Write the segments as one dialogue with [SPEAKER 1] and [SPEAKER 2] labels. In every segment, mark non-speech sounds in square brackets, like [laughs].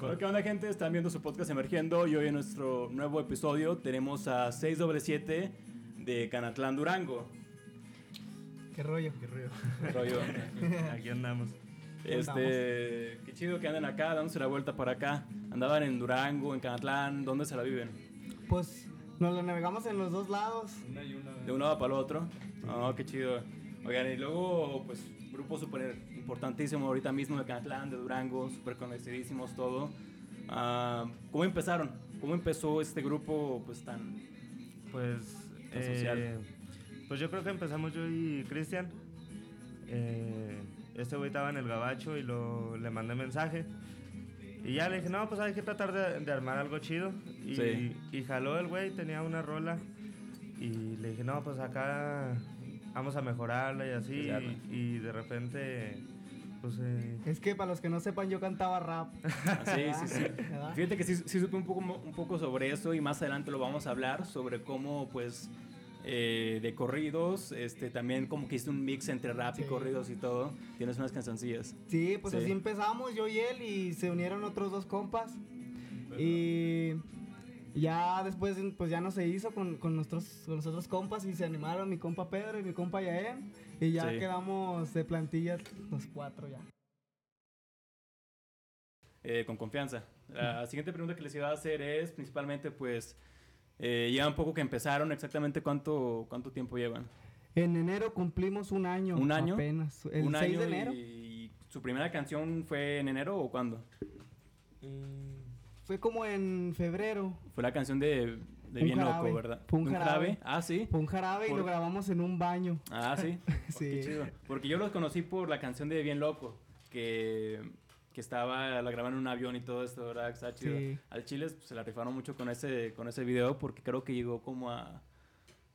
[SPEAKER 1] Hola, ¿Qué onda, gente? Están viendo su podcast emergiendo y hoy en nuestro nuevo episodio tenemos a 677 de Canatlán Durango.
[SPEAKER 2] Qué rollo, qué rollo.
[SPEAKER 1] Rollo.
[SPEAKER 3] Aquí andamos.
[SPEAKER 1] Este, qué chido que andan acá, dándose la vuelta para acá. Andaban en Durango, en Canatlán, ¿dónde se la viven?
[SPEAKER 2] [laughs] Pues nos lo navegamos en los dos lados.
[SPEAKER 3] Una y una.
[SPEAKER 1] De un lado para el otro. No, qué chido. Oigan, y luego, pues, grupo súper importantísimo ahorita mismo de Canatlán, de Durango, súper conocidísimos todo. Ah, ¿Cómo empezaron? ¿Cómo empezó este grupo, pues, tan...
[SPEAKER 3] Pues.
[SPEAKER 1] Tan
[SPEAKER 3] eh,
[SPEAKER 1] social.
[SPEAKER 3] pues yo creo que empezamos yo y Cristian. Eh, este güey estaba en el gabacho y lo, le mandé mensaje. Y ya le dije, no, pues hay que tratar de, de armar algo chido. Y,
[SPEAKER 1] Sí.
[SPEAKER 3] y jaló el güey, tenía una rola. Y le dije, no, pues acá vamos a mejorarla y así.
[SPEAKER 1] Que se arme.
[SPEAKER 3] Y, y de repente, pues. eh,
[SPEAKER 2] Es que para los que no sepan, yo cantaba rap.
[SPEAKER 1] Ah, sí, sí, sí.
[SPEAKER 2] ¿Verdad?
[SPEAKER 1] Fíjate que sí, sí supe un poco, un poco sobre eso y más adelante lo vamos a hablar sobre cómo, pues, eh, de corridos, este, también como que hiciste un mix entre rap y
[SPEAKER 2] Sí.
[SPEAKER 1] corridos y todo. Tienes unas cancioncillas.
[SPEAKER 2] Sí, pues
[SPEAKER 1] Sí.
[SPEAKER 2] así empezamos yo y él y se unieron otros dos compas. Y ya después pues ya no se hizo con, con nuestros, con los otros compas y se animaron mi compa Pedro y mi compa Yaem. Y ya
[SPEAKER 1] Sí.
[SPEAKER 2] quedamos de plantillas los cuatro ya.
[SPEAKER 1] eh, con confianza. La siguiente pregunta que les iba a hacer es, principalmente, pues, eh, llevan poco que empezaron, exactamente cuánto, cuánto tiempo llevan.
[SPEAKER 2] En enero cumplimos un año.
[SPEAKER 1] ¿Un año?
[SPEAKER 2] Apenas. El
[SPEAKER 1] ¿Un
[SPEAKER 2] 6
[SPEAKER 1] año
[SPEAKER 2] de enero.
[SPEAKER 1] y su primera canción fue en enero o cuándo?
[SPEAKER 2] Fue como en febrero.
[SPEAKER 1] Fue la canción de, de
[SPEAKER 2] Un
[SPEAKER 1] Bien
[SPEAKER 2] jarabe.
[SPEAKER 1] Loco, ¿verdad?
[SPEAKER 2] Fue un
[SPEAKER 1] ¿De
[SPEAKER 2] jarabe.
[SPEAKER 1] Ah, sí.
[SPEAKER 2] Fue un jarabe y
[SPEAKER 1] Por-
[SPEAKER 2] lo grabamos en un baño.
[SPEAKER 1] Ah,
[SPEAKER 2] [laughs]
[SPEAKER 1] sí. Oh,
[SPEAKER 2] Sí.
[SPEAKER 1] Qué chido. Porque yo los conocí por la canción de Bien Loco, que, que estaba, la grabaron en un avión y todo esto, ¿verdad? Está chido.
[SPEAKER 2] Sí.
[SPEAKER 1] Al Chile pues, se la rifaron mucho con ese, con ese video porque creo que llegó como a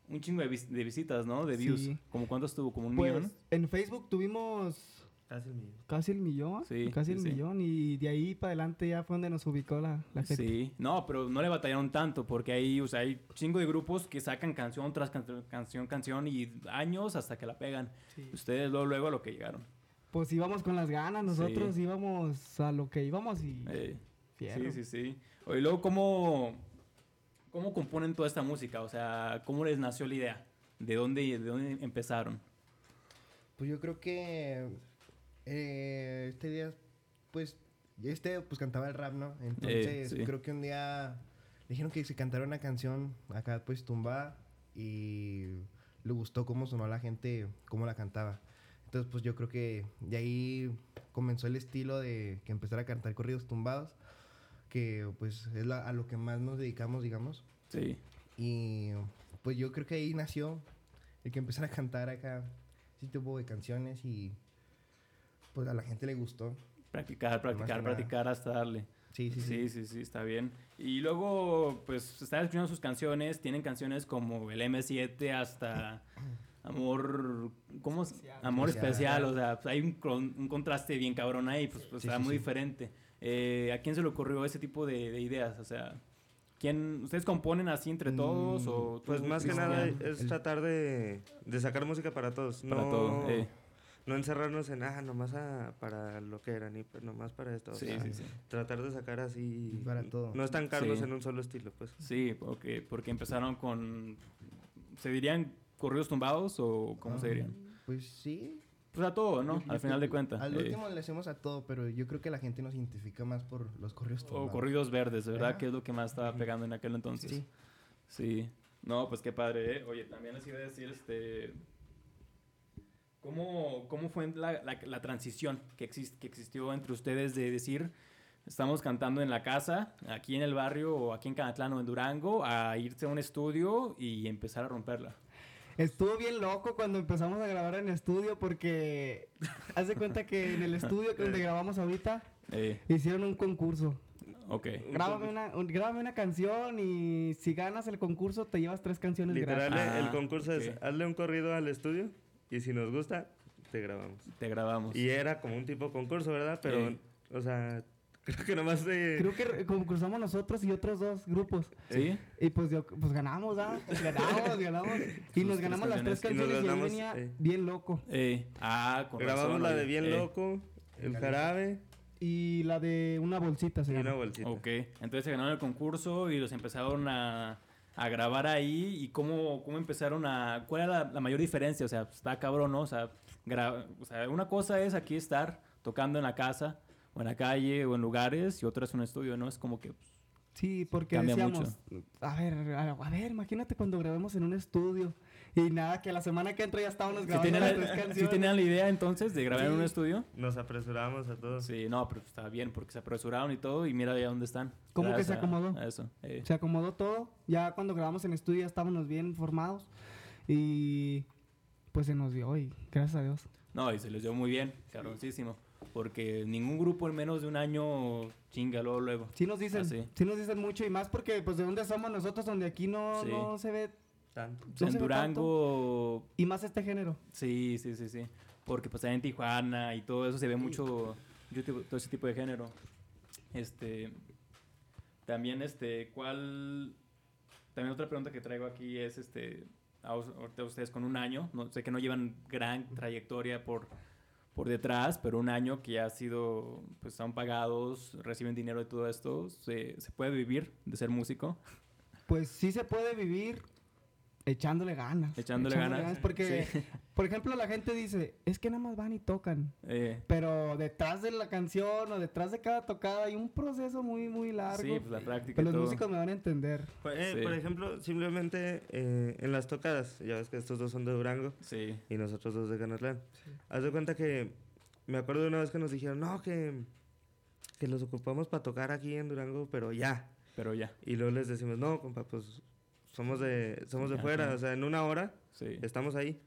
[SPEAKER 1] un chingo de, vis- de visitas, ¿no? De views.
[SPEAKER 2] Sí.
[SPEAKER 1] ¿Como cuánto estuvo? ¿Como un
[SPEAKER 2] Pues
[SPEAKER 1] millón?
[SPEAKER 2] en Facebook tuvimos
[SPEAKER 3] casi el millón.
[SPEAKER 2] casi el millón.
[SPEAKER 1] Sí,
[SPEAKER 2] casi
[SPEAKER 1] sí,
[SPEAKER 2] el
[SPEAKER 1] sí.
[SPEAKER 2] millón. Y de ahí para adelante ya fue donde nos ubicó la, la gente.
[SPEAKER 1] Sí, no, pero no le batallaron tanto porque hay, o sea, hay chingo de grupos que sacan canción tras can- canción, canción y años hasta que la pegan.
[SPEAKER 2] Sí.
[SPEAKER 1] Ustedes luego, luego a lo que llegaron.
[SPEAKER 2] Pues íbamos con las ganas, nosotros
[SPEAKER 1] Sí.
[SPEAKER 2] íbamos a lo que íbamos y
[SPEAKER 1] Eh.
[SPEAKER 2] fierro.
[SPEAKER 1] Sí, sí, sí. Oye, luego, ¿cómo, ¿cómo componen toda esta música? O sea, ¿cómo les nació la idea? ¿De dónde, de dónde empezaron?
[SPEAKER 4] Pues yo creo que eh, este día, pues, este pues cantaba el rap, ¿no? Entonces
[SPEAKER 1] sí.
[SPEAKER 4] creo que un día le dijeron que se cantara una canción acá pues tumbada y le gustó cómo sonó a la gente, cómo la cantaba. Entonces pues yo creo que de ahí comenzó el estilo de que empezar a cantar corridos tumbados, que pues es la- a lo que más nos dedicamos, digamos.
[SPEAKER 1] Sí.
[SPEAKER 4] Y pues yo creo que ahí nació el que empezara a cantar acá ese tipo de canciones y pues a la gente le gustó.
[SPEAKER 1] Practicar, practicar,
[SPEAKER 4] nada.
[SPEAKER 1] practicar hasta darle.
[SPEAKER 4] Sí, sí, sí.
[SPEAKER 1] Sí, sí, sí, está bien. Y luego, pues, están escuchando sus canciones. Tienen canciones como el M7 hasta Amor... ¿Cómo? es?
[SPEAKER 2] Especial.
[SPEAKER 1] Amor
[SPEAKER 4] Especial.
[SPEAKER 1] especial. O sea, pues, hay un, con- un contraste bien cabrón ahí. Pues, pues,
[SPEAKER 4] Sí,
[SPEAKER 1] está
[SPEAKER 4] sí,
[SPEAKER 1] muy
[SPEAKER 4] sí.
[SPEAKER 1] diferente. Eh, ¿A quién se le ocurrió ese tipo de, de ideas? O sea... ¿Quién, ¿Ustedes componen así entre todos?
[SPEAKER 4] Mm,
[SPEAKER 1] o tú,
[SPEAKER 3] Pues más que
[SPEAKER 1] Cristian?
[SPEAKER 3] nada
[SPEAKER 4] Cristian,
[SPEAKER 3] es
[SPEAKER 4] el-
[SPEAKER 3] tratar de, de sacar música para todos.
[SPEAKER 1] Para
[SPEAKER 3] no,
[SPEAKER 1] todo, eh.
[SPEAKER 3] no encerrarnos en, ah, nomás a- para lo que era, ni pues, nomás para esto. o
[SPEAKER 1] Sí,
[SPEAKER 3] sea,
[SPEAKER 1] sí, sí.
[SPEAKER 3] Tratar de sacar así.
[SPEAKER 4] Para todo.
[SPEAKER 3] No estancarnos
[SPEAKER 1] Sí.
[SPEAKER 3] en un solo estilo, pues.
[SPEAKER 1] Sí, porque, porque empezaron con... ¿Se dirían corridos tumbados o cómo se dirían?
[SPEAKER 4] Pues sí.
[SPEAKER 1] Pues a todo, ¿no?
[SPEAKER 4] Yo- yo
[SPEAKER 1] al final de
[SPEAKER 4] creo que
[SPEAKER 1] cuentas.
[SPEAKER 4] Al
[SPEAKER 1] eh,
[SPEAKER 4] último le hacemos a todo, pero yo creo que la gente nos identifica más por los correos
[SPEAKER 1] o corridos verdes, de ¿verdad? Que es lo que más estaba pegando en aquel entonces.
[SPEAKER 4] Sí.
[SPEAKER 1] Sí. No, pues qué padre, ¿eh? Oye, también les iba a decir, este... ¿Cómo, cómo fue la, la- la transición que, exis- que existió entre ustedes de decir, estamos cantando en la casa, aquí en el barrio, o aquí en Canatlán o en Durango, a irse a un estudio y empezar a romperla?
[SPEAKER 2] Estuvo bien loco cuando empezamos a grabar en estudio porque [laughs] haz de cuenta que en el estudio que donde grabamos ahorita
[SPEAKER 1] Eh,
[SPEAKER 2] hicieron un concurso.
[SPEAKER 1] ok.
[SPEAKER 2] Grábame una, un- grábame una canción y si ganas el concurso te llevas tres canciones
[SPEAKER 3] Literal, eh,
[SPEAKER 2] gratis.
[SPEAKER 1] Ah,
[SPEAKER 3] el concurso es
[SPEAKER 1] ok.
[SPEAKER 3] hazle un corrido al estudio y si nos gusta, te grabamos.
[SPEAKER 1] Te grabamos.
[SPEAKER 3] Y eh, era como un tipo concurso, ¿verdad? Pero,
[SPEAKER 1] Sí.
[SPEAKER 3] o sea, creo que nomás de.
[SPEAKER 2] Creo que re- concursamos nosotros y otros dos grupos.
[SPEAKER 1] ¿Sí?
[SPEAKER 2] Y pues, yo- pues ganamos, ¿ah? Ganamos,
[SPEAKER 3] [laughs]
[SPEAKER 2] ganamos. Y
[SPEAKER 1] Sus
[SPEAKER 2] nos
[SPEAKER 1] tres
[SPEAKER 2] ganamos las tres
[SPEAKER 1] canciones.
[SPEAKER 3] Y Pues nos
[SPEAKER 2] canciones y, él venía
[SPEAKER 3] ganamos, eh.
[SPEAKER 2] bien loco.
[SPEAKER 1] Eh, ah, con
[SPEAKER 3] grabamos
[SPEAKER 1] razón,
[SPEAKER 3] la
[SPEAKER 1] oye,
[SPEAKER 3] de Bien
[SPEAKER 1] eh,
[SPEAKER 3] Loco, El Jarabe
[SPEAKER 2] y la de una bolsita se
[SPEAKER 3] Y una
[SPEAKER 2] llama.
[SPEAKER 3] bolsita.
[SPEAKER 1] Ok, entonces se ganaron el concurso y los empezaron a, a grabar ahí. ¿Y cómo, cómo empezaron a.? ¿Cuál era la, la mayor diferencia? O sea, pues, está cabrón, ¿no? O sea, gra- o sea, una cosa es aquí estar tocando en la casa, o en la calle, o en lugares, y otra es un estudio, ¿no? Es como que. pues,
[SPEAKER 2] Sí, porque
[SPEAKER 1] Cambia
[SPEAKER 2] decíamos, a ver, a, a ver, imagínate cuando grabemos en un estudio y nada, que la semana que entra ya estábamos
[SPEAKER 1] si,
[SPEAKER 2] grabando
[SPEAKER 1] tenían
[SPEAKER 2] las
[SPEAKER 1] la,
[SPEAKER 2] tres
[SPEAKER 1] si
[SPEAKER 2] canciones.
[SPEAKER 1] tenían la idea entonces de grabar en un
[SPEAKER 2] Sí.
[SPEAKER 1] estudio.
[SPEAKER 3] Nos apresuramos a todos.
[SPEAKER 1] Sí, no, pero está bien porque se apresuraron y todo, y mira ya dónde están.
[SPEAKER 2] ¿Cómo que
[SPEAKER 1] Gracias
[SPEAKER 2] se
[SPEAKER 1] a-
[SPEAKER 2] acomodó?
[SPEAKER 1] a eso. eh.
[SPEAKER 2] Se acomodó todo, ya cuando grabamos en estudio ya estábamos bien formados y pues se nos dio y gracias a Dios.
[SPEAKER 1] No, y se les dio muy bien, cabroncísimo. Porque ningún grupo en menos de un año chinga luego, luego.
[SPEAKER 2] Sí nos dicen,
[SPEAKER 1] Ah, sí.
[SPEAKER 2] sí nos dicen mucho y más porque pues de dónde somos nosotros donde aquí no,
[SPEAKER 1] Sí.
[SPEAKER 2] no se ve
[SPEAKER 3] Tanto.
[SPEAKER 1] O sea, en
[SPEAKER 2] No se ve tanto.
[SPEAKER 1] Durango,
[SPEAKER 2] y más este género.
[SPEAKER 1] sí, sí, sí, sí. Porque pues en Tijuana y todo eso se ve mucho YouTube, todo ese tipo de género. Este, también este, ¿cuál? También otra pregunta que traigo aquí es, este, a us- ahorita ustedes con un año, no, sé que no llevan gran trayectoria por, por detrás, pero un año que ya ha sido, pues están pagados, reciben dinero de todo esto, ¿se, se puede vivir de ser músico?
[SPEAKER 2] Pues sí se puede vivir echándole ganas.
[SPEAKER 1] Echándole ganas,
[SPEAKER 2] Porque, [laughs] por ejemplo, la gente dice, es que nada más van y tocan.
[SPEAKER 1] Eh,
[SPEAKER 2] Pero detrás de la canción o detrás de cada tocada hay un proceso muy, muy largo.
[SPEAKER 1] sí, pues la práctica. y
[SPEAKER 2] pero los
[SPEAKER 1] todo.
[SPEAKER 2] músicos me van a entender.
[SPEAKER 3] Por, eh,
[SPEAKER 1] Sí.
[SPEAKER 3] por ejemplo, simplemente eh, en las tocadas, ya ves que estos dos son de Durango
[SPEAKER 1] Sí.
[SPEAKER 3] y nosotros dos de Canatlán. Haz de cuenta que me acuerdo de una vez que nos dijeron, no, que, que los ocupamos para tocar aquí en Durango, pero ya.
[SPEAKER 1] Pero ya,
[SPEAKER 3] Y luego les decimos, no, compa, pues somos de, somos de
[SPEAKER 1] Ajá.
[SPEAKER 3] fuera, o sea, en una hora
[SPEAKER 1] sí.
[SPEAKER 3] estamos ahí.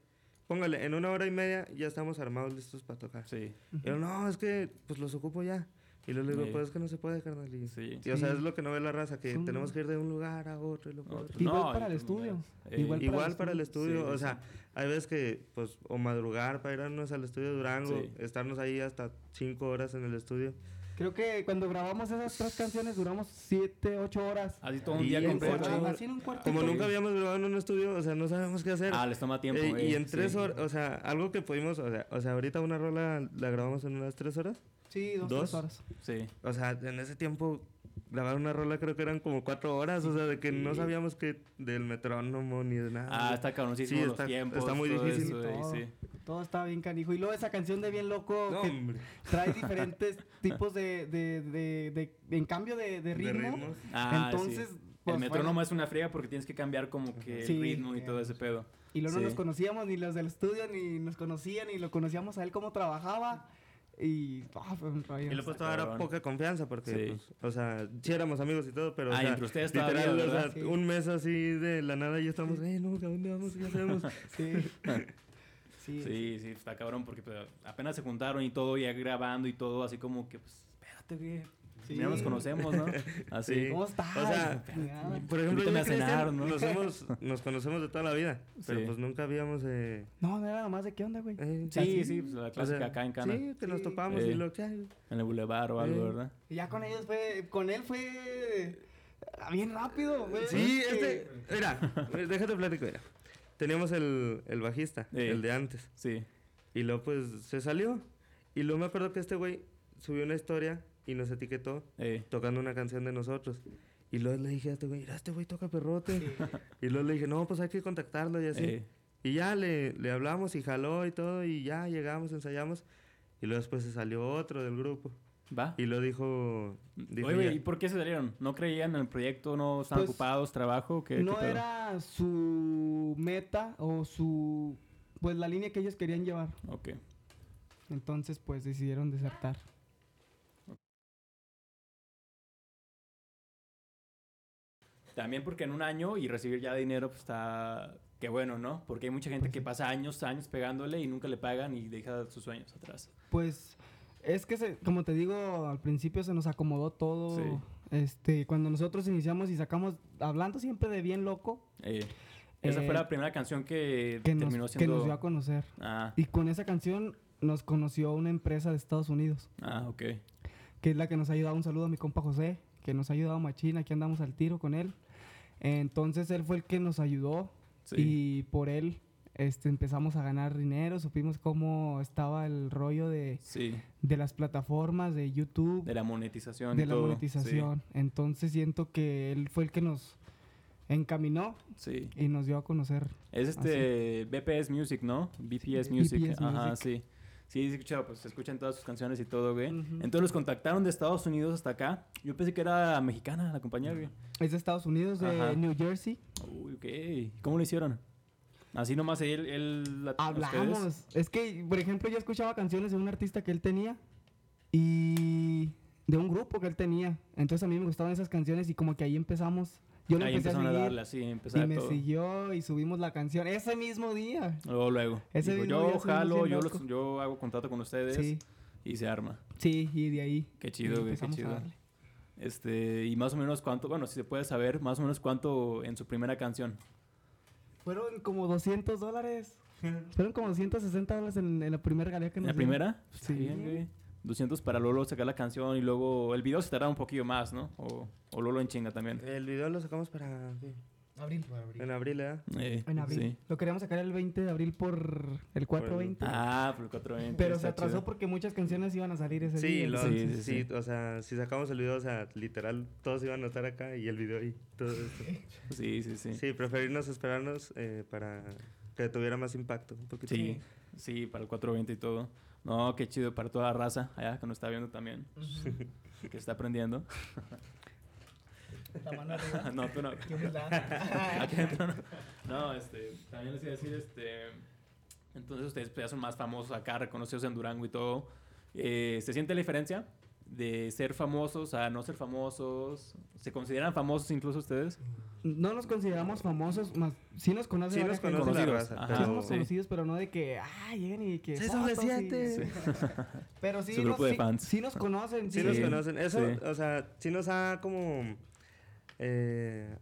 [SPEAKER 3] Póngale, en una hora y media ya estamos armados, listos para tocar.
[SPEAKER 1] Sí,
[SPEAKER 3] Y yo, no, es que pues los ocupo ya. Y luego le digo,
[SPEAKER 1] Sí.
[SPEAKER 3] pues es que no se puede, carnal. Y,
[SPEAKER 1] sí.
[SPEAKER 3] y, o sea,
[SPEAKER 2] Sí.
[SPEAKER 3] es lo que no ve la raza, que
[SPEAKER 2] Son-
[SPEAKER 3] tenemos que ir de un lugar a otro y luego a otro.
[SPEAKER 1] Otro.
[SPEAKER 2] Igual
[SPEAKER 1] No,
[SPEAKER 2] para
[SPEAKER 1] y
[SPEAKER 2] el
[SPEAKER 1] tú
[SPEAKER 2] estudio.
[SPEAKER 1] miras, eh,
[SPEAKER 2] Igual-
[SPEAKER 3] Igual para el
[SPEAKER 1] estudio.
[SPEAKER 3] estudio,
[SPEAKER 1] Sí,
[SPEAKER 3] o
[SPEAKER 1] sí,
[SPEAKER 3] sea, hay veces que, pues, o madrugar para irnos al estudio de Durango,
[SPEAKER 1] Sí.
[SPEAKER 3] estarnos ahí hasta cinco horas en el estudio.
[SPEAKER 2] Creo que cuando grabamos esas tres canciones duramos siete, ocho horas.
[SPEAKER 1] Así todo un día
[SPEAKER 3] Y en
[SPEAKER 1] completo.
[SPEAKER 3] cuatro-
[SPEAKER 2] Así en un cuartito.
[SPEAKER 3] Como
[SPEAKER 1] Sí.
[SPEAKER 3] nunca habíamos grabado en un estudio, o sea, no sabemos qué hacer.
[SPEAKER 1] Ah, les toma tiempo.
[SPEAKER 3] Eh, y
[SPEAKER 1] eh,
[SPEAKER 3] en tres
[SPEAKER 1] sí.
[SPEAKER 3] horas, o sea, algo que pudimos, o sea, o sea, ahorita una rola la grabamos en unas tres horas.
[SPEAKER 2] Sí, dos,
[SPEAKER 3] Dos.
[SPEAKER 2] tres horas.
[SPEAKER 1] Sí.
[SPEAKER 3] O sea, en ese tiempo grabar una rola creo que eran como cuatro horas, o sea, de que no sabíamos que del metrónomo ni de nada.
[SPEAKER 1] Ah, está cabroncísimo
[SPEAKER 3] Sí,
[SPEAKER 1] los
[SPEAKER 3] está-
[SPEAKER 1] tiempos.
[SPEAKER 3] está muy
[SPEAKER 1] todo
[SPEAKER 3] difícil.
[SPEAKER 1] eso, eh,
[SPEAKER 2] Todo.
[SPEAKER 1] sí.
[SPEAKER 2] Todo estaba bien canijo. Y luego esa canción de Bien Loco
[SPEAKER 3] No,
[SPEAKER 2] que
[SPEAKER 3] hombre.
[SPEAKER 2] trae
[SPEAKER 1] [laughs]
[SPEAKER 2] diferentes tipos de, de, de, de- de- en cambio de, de ritmo.
[SPEAKER 3] ritmos.
[SPEAKER 1] Ah, sí.
[SPEAKER 2] Entonces, pues,
[SPEAKER 1] el metrónomo es una friega porque tienes que cambiar como que
[SPEAKER 2] Sí. eh,
[SPEAKER 1] el ritmo y todo ese pedo.
[SPEAKER 2] Y luego
[SPEAKER 1] Sí.
[SPEAKER 2] no nos conocíamos, ni los del estudio, ni nos conocían, ni lo conocíamos a él cómo trabajaba. Y ah, fue un rollo.
[SPEAKER 3] Y lo pues
[SPEAKER 1] Está
[SPEAKER 3] todavía era
[SPEAKER 1] cabrón.
[SPEAKER 3] poca confianza porque,
[SPEAKER 1] Sí.
[SPEAKER 3] pues, o sea, sí éramos amigos y todo, pero. o
[SPEAKER 1] Ah, y
[SPEAKER 3] sea,
[SPEAKER 1] entre ustedes
[SPEAKER 3] literal,
[SPEAKER 1] todavía,
[SPEAKER 3] o sea,
[SPEAKER 1] ¿verdad?
[SPEAKER 2] Sí.
[SPEAKER 3] un mes así de la nada y estamos, eh, no, ¿a dónde vamos? ¿Qué
[SPEAKER 1] [laughs]
[SPEAKER 3] hacemos?
[SPEAKER 2] Sí. sí.
[SPEAKER 1] Sí, sí, está cabrón porque pues, apenas se juntaron y todo, ya grabando y todo, así como que, pues, espérate, güey.
[SPEAKER 2] Sí.
[SPEAKER 1] Ya nos conocemos,
[SPEAKER 3] [laughs]
[SPEAKER 1] ¿no? Así.
[SPEAKER 3] Sí.
[SPEAKER 2] ¿Cómo estás?
[SPEAKER 3] O sea,
[SPEAKER 2] Nada.
[SPEAKER 3] Por ejemplo, yo
[SPEAKER 1] Invítame
[SPEAKER 3] y
[SPEAKER 1] a cenar,
[SPEAKER 3] Cristian
[SPEAKER 1] ¿no?
[SPEAKER 3] nos, hemos- nos conocemos de toda la vida, pero
[SPEAKER 1] Sí.
[SPEAKER 3] pues nunca habíamos. Eh,
[SPEAKER 2] no, no era nada más de qué onda, güey.
[SPEAKER 3] eh,
[SPEAKER 1] Sí,
[SPEAKER 2] Así.
[SPEAKER 1] sí, pues la
[SPEAKER 3] o sea,
[SPEAKER 1] clásica acá en Cana,
[SPEAKER 3] Sí, que nos
[SPEAKER 2] Sí.
[SPEAKER 3] topamos
[SPEAKER 1] Eh.
[SPEAKER 3] y lo que hay.
[SPEAKER 1] en el bulevar o algo,
[SPEAKER 3] Eh.
[SPEAKER 1] ¿verdad?
[SPEAKER 2] Y ya con ellos fue. Con él fue. ah, Bien rápido, güey.
[SPEAKER 3] Sí,
[SPEAKER 2] Es que-
[SPEAKER 3] este. Mira, déjate platico, mira. Teníamos el, el bajista,
[SPEAKER 1] Eh.
[SPEAKER 3] el de antes.
[SPEAKER 1] Sí.
[SPEAKER 3] Y luego pues se salió. Y luego me acuerdo que este güey subió una historia y nos etiquetó
[SPEAKER 1] Eh.
[SPEAKER 3] tocando una canción de nosotros. Y luego le dije a este güey, mira, este güey toca perrote. Y luego le dije, no, pues hay que contactarlo y así.
[SPEAKER 1] eh,
[SPEAKER 3] Y ya le, le hablamos y jaló y todo y ya llegamos, ensayamos. Y luego después se salió otro del grupo.
[SPEAKER 1] ¿Va?
[SPEAKER 3] Y lo dijo... dijo
[SPEAKER 1] Oye, güey,
[SPEAKER 3] ya,
[SPEAKER 1] ¿y por qué se salieron? ¿No creían en el proyecto? ¿No estaban
[SPEAKER 2] Pues,
[SPEAKER 1] ocupados? ¿Trabajo? ¿Qué,
[SPEAKER 2] no
[SPEAKER 1] qué pedo?
[SPEAKER 2] era su meta o su. Pues la línea que ellos querían llevar.
[SPEAKER 1] Ok.
[SPEAKER 2] Entonces, pues decidieron desertar.
[SPEAKER 1] También porque en un año y recibir ya dinero, pues está... Qué bueno, ¿no? Porque hay mucha gente que pasa años, años pegándole y nunca le pagan y deja sus sueños atrás.
[SPEAKER 2] Pues es que, se- como te digo, al principio se nos acomodó todo.
[SPEAKER 1] Sí.
[SPEAKER 2] Este, cuando nosotros iniciamos y sacamos, hablando siempre de bien loco,
[SPEAKER 1] Eh, esa
[SPEAKER 2] Eh,
[SPEAKER 1] fue la primera canción que,
[SPEAKER 2] que,
[SPEAKER 1] terminó
[SPEAKER 2] nos, que
[SPEAKER 1] siendo...
[SPEAKER 2] nos dio a conocer.
[SPEAKER 1] ah,
[SPEAKER 2] Y con esa canción nos conoció una empresa de Estados Unidos,
[SPEAKER 1] ah, ok.
[SPEAKER 2] que es la que nos ha ayudado. Un saludo a mi compa José, que nos ha ayudado machín, aquí andamos al tiro con él. Entonces él fue el que nos ayudó
[SPEAKER 1] Sí.
[SPEAKER 2] y por él este, empezamos a ganar dinero, supimos cómo estaba el rollo de,
[SPEAKER 1] Sí,
[SPEAKER 2] de las plataformas, de YouTube,
[SPEAKER 1] de la monetización.
[SPEAKER 2] de
[SPEAKER 1] y
[SPEAKER 2] la
[SPEAKER 1] todo,
[SPEAKER 2] monetización. Entonces siento que él fue el que nos encaminó
[SPEAKER 1] Sí. sí.
[SPEAKER 2] y nos dio a conocer.
[SPEAKER 1] Es
[SPEAKER 2] ¿Ah,
[SPEAKER 1] este BPS Music, ¿no? BPS Music.
[SPEAKER 2] BPS
[SPEAKER 1] Ajá,
[SPEAKER 2] Music.
[SPEAKER 1] sí. Sí, sí, escuchaba, pues se escuchan todas sus canciones y todo, güey.
[SPEAKER 2] Ujú.
[SPEAKER 1] Entonces los contactaron de Estados Unidos hasta acá. Yo pensé que era mexicana la compañía, güey.
[SPEAKER 2] Es de Estados Unidos, de
[SPEAKER 1] Ajá.
[SPEAKER 2] New Jersey.
[SPEAKER 1] Uy, ok. ¿Cómo lo hicieron? Así nomás él, él la
[SPEAKER 2] Hablamos.
[SPEAKER 1] ustedes.
[SPEAKER 2] Es que, por ejemplo, yo escuchaba canciones de un artista que él tenía y de un grupo que él tenía. Entonces a mí me gustaban esas canciones y como que ahí empezamos. Yo lo
[SPEAKER 1] Ahí
[SPEAKER 2] empecé a
[SPEAKER 1] empezaron a,
[SPEAKER 2] seguir
[SPEAKER 1] darle así,
[SPEAKER 2] y
[SPEAKER 1] empezar
[SPEAKER 2] me
[SPEAKER 1] todo.
[SPEAKER 2] siguió y subimos la canción ese mismo día.
[SPEAKER 1] Luego, luego.
[SPEAKER 2] Ese
[SPEAKER 1] Dijo,
[SPEAKER 2] mismo día
[SPEAKER 1] yo
[SPEAKER 2] subimos
[SPEAKER 1] jalo,
[SPEAKER 2] bien
[SPEAKER 1] yo,
[SPEAKER 2] loco.
[SPEAKER 1] los- yo hago contrato con ustedes
[SPEAKER 2] Sí,
[SPEAKER 1] y se arma.
[SPEAKER 2] sí, y de ahí.
[SPEAKER 1] Qué chido, güey, qué
[SPEAKER 2] empezamos a
[SPEAKER 1] chido.
[SPEAKER 2] darle.
[SPEAKER 1] Este, y más o menos cuánto, bueno, si se puede saber, más o menos cuánto en su primera canción.
[SPEAKER 2] Fueron como 200 dólares. Fueron como 260 dólares en, en la primera galería que
[SPEAKER 1] ¿En
[SPEAKER 2] nos
[SPEAKER 1] la
[SPEAKER 2] dieron.
[SPEAKER 1] primera? Pues, está
[SPEAKER 2] Sí.
[SPEAKER 1] bien, güey. 200 para luego sacar la canción y luego el video se tarda un poquillo más, ¿no? O, o Lolo en chinga también.
[SPEAKER 3] El video lo sacamos para. ¿qué?
[SPEAKER 2] Abril.
[SPEAKER 3] En abril, ¿eh?
[SPEAKER 1] Eh,
[SPEAKER 2] En abril.
[SPEAKER 1] sí.
[SPEAKER 2] Lo queríamos sacar el 20 de abril por el 420.
[SPEAKER 1] Ah, por el 420.
[SPEAKER 2] Pero se
[SPEAKER 1] está
[SPEAKER 2] atrasó
[SPEAKER 1] chido.
[SPEAKER 2] porque muchas canciones iban a salir ese
[SPEAKER 3] Sí,
[SPEAKER 2] día.
[SPEAKER 3] lo,
[SPEAKER 1] Sí,
[SPEAKER 3] sí,
[SPEAKER 1] sí, sí.
[SPEAKER 3] o sea, si sacamos el video, o sea, literal, todos iban a estar acá y el video ahí. Todo esto.
[SPEAKER 1] [laughs] Sí, sí, sí. Sí,
[SPEAKER 3] Sí, preferirnos esperarnos eh, para que tuviera más impacto. Un poquito.
[SPEAKER 1] sí, para el 420 y todo. No, qué chido para toda la raza allá que nos está viendo también. que está aprendiendo.
[SPEAKER 2] [laughs] La mano arriba.
[SPEAKER 1] [laughs] no, tú no.
[SPEAKER 2] Qué humildad.
[SPEAKER 1] Aquí adentro, no. No, este, también les iba a decir, este, entonces ustedes pues, ya son más famosos acá, reconocidos en Durango y todo. Eh, ¿Se siente la diferencia de ser famosos a no ser famosos? ¿Se consideran famosos incluso ustedes?
[SPEAKER 2] No nos consideramos famosos, más sí nos conoce
[SPEAKER 3] Sí
[SPEAKER 2] varias
[SPEAKER 3] nos
[SPEAKER 2] gente.
[SPEAKER 3] conoce la
[SPEAKER 1] Conocidos,
[SPEAKER 3] raza.
[SPEAKER 1] ajá.
[SPEAKER 2] Sí
[SPEAKER 1] Ah,
[SPEAKER 2] somos
[SPEAKER 1] sí.
[SPEAKER 2] conocidos, pero no de que, ah, lleguen y que...
[SPEAKER 3] Sí,
[SPEAKER 2] fotos
[SPEAKER 3] somos
[SPEAKER 2] y-
[SPEAKER 3] siete.
[SPEAKER 2] Pero sí,
[SPEAKER 1] Su grupo
[SPEAKER 2] nos,
[SPEAKER 1] de
[SPEAKER 2] sí-
[SPEAKER 1] fans.
[SPEAKER 2] sí nos conocen.
[SPEAKER 3] Sí,
[SPEAKER 2] Sí,
[SPEAKER 3] nos
[SPEAKER 1] Sí,
[SPEAKER 3] conocen. Eso,
[SPEAKER 1] sí.
[SPEAKER 3] o sea, sí nos ha como... Eh,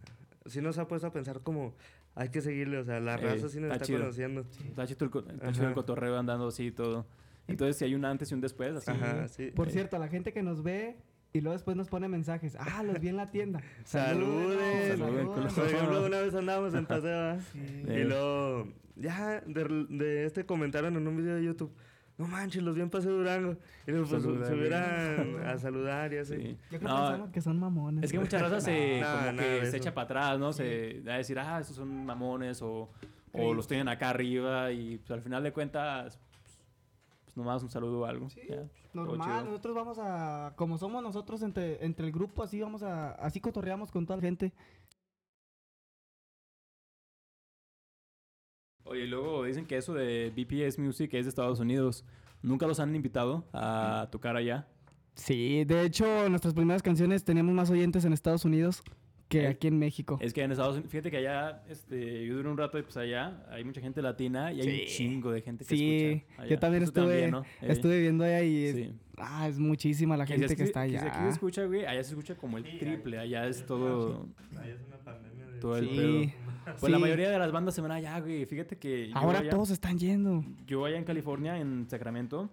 [SPEAKER 3] sí nos ha puesto a pensar como... Hay que seguirle, o sea, la
[SPEAKER 1] Ey,
[SPEAKER 3] raza sí nos
[SPEAKER 1] está
[SPEAKER 3] está
[SPEAKER 1] chido.
[SPEAKER 3] conociendo.
[SPEAKER 1] Está chido el, co- está chido el
[SPEAKER 3] Mm. Ajá.
[SPEAKER 1] cotorreo andando así y todo. Entonces, si hay un antes y un después, así.
[SPEAKER 3] Ajá, sí.
[SPEAKER 2] Por
[SPEAKER 1] Sí.
[SPEAKER 2] cierto, la gente que nos ve y luego después nos pone mensajes. Ah, los vi en la tienda.
[SPEAKER 3] pues, Saluden.
[SPEAKER 1] Saluden,
[SPEAKER 2] Saluden.
[SPEAKER 3] Por ejemplo, una vez andábamos en Paseo, ¿ah?
[SPEAKER 1] Ey.
[SPEAKER 3] Y luego... Ya, de, de este comentaron en un video de YouTube. No manches, los vi en Paseo Durango. Y luego, pues,
[SPEAKER 1] Saluden.
[SPEAKER 3] se hubieran a saludar y así.
[SPEAKER 1] Sí.
[SPEAKER 2] Yo creo
[SPEAKER 1] No,
[SPEAKER 2] que son los que son mamones.
[SPEAKER 1] Es que muchas
[SPEAKER 2] [laughs]
[SPEAKER 1] razas se,
[SPEAKER 3] No,
[SPEAKER 1] como
[SPEAKER 3] nada
[SPEAKER 1] que
[SPEAKER 3] de
[SPEAKER 1] se
[SPEAKER 3] eso.
[SPEAKER 1] echa para atrás, ¿no? Se da a decir, ah, esos son mamones o, o los tienen acá arriba y pues, al final de cuentas, pues, pues, nomás un saludo o algo. ya. Todo
[SPEAKER 2] Normal,
[SPEAKER 1] chido.
[SPEAKER 2] nosotros vamos a, como somos nosotros entre, entre el grupo, así vamos a, así cotorreamos con toda la gente.
[SPEAKER 1] Oye, y luego dicen que eso de BPS Music es de Estados Unidos. ¿Nunca los han invitado a
[SPEAKER 2] Mm.
[SPEAKER 1] tocar allá?
[SPEAKER 2] Sí, de hecho, nuestras primeras canciones teníamos más oyentes en Estados Unidos que
[SPEAKER 1] Eh,
[SPEAKER 2] aquí en México.
[SPEAKER 1] Es que en Estados Unidos, fíjate que allá, este, yo duré un rato y pues allá hay mucha gente latina y hay un
[SPEAKER 2] Sí.
[SPEAKER 1] chingo de gente que
[SPEAKER 2] Sí,
[SPEAKER 1] escucha. allá.
[SPEAKER 2] yo también
[SPEAKER 1] Tú
[SPEAKER 2] estuve,
[SPEAKER 1] ¿no? Ey.
[SPEAKER 2] estuve viendo allá y es,
[SPEAKER 1] Sí.
[SPEAKER 2] ah, es muchísima la
[SPEAKER 1] Que
[SPEAKER 2] gente
[SPEAKER 1] si
[SPEAKER 2] que,
[SPEAKER 1] aquí se-
[SPEAKER 2] está
[SPEAKER 1] que si
[SPEAKER 2] allá.
[SPEAKER 1] aquí se escucha, güey, allá se escucha como el triple. Allá es todo,
[SPEAKER 3] Ahí es una pandemia de...
[SPEAKER 1] todo el
[SPEAKER 2] Sí.
[SPEAKER 1] pedo. Pues la
[SPEAKER 2] Sí.
[SPEAKER 1] mayoría de las bandas se van allá, güey. Fíjate que yo
[SPEAKER 2] Ahora
[SPEAKER 1] allá-
[SPEAKER 2] todos están yendo.
[SPEAKER 1] yo allá en California, en Sacramento,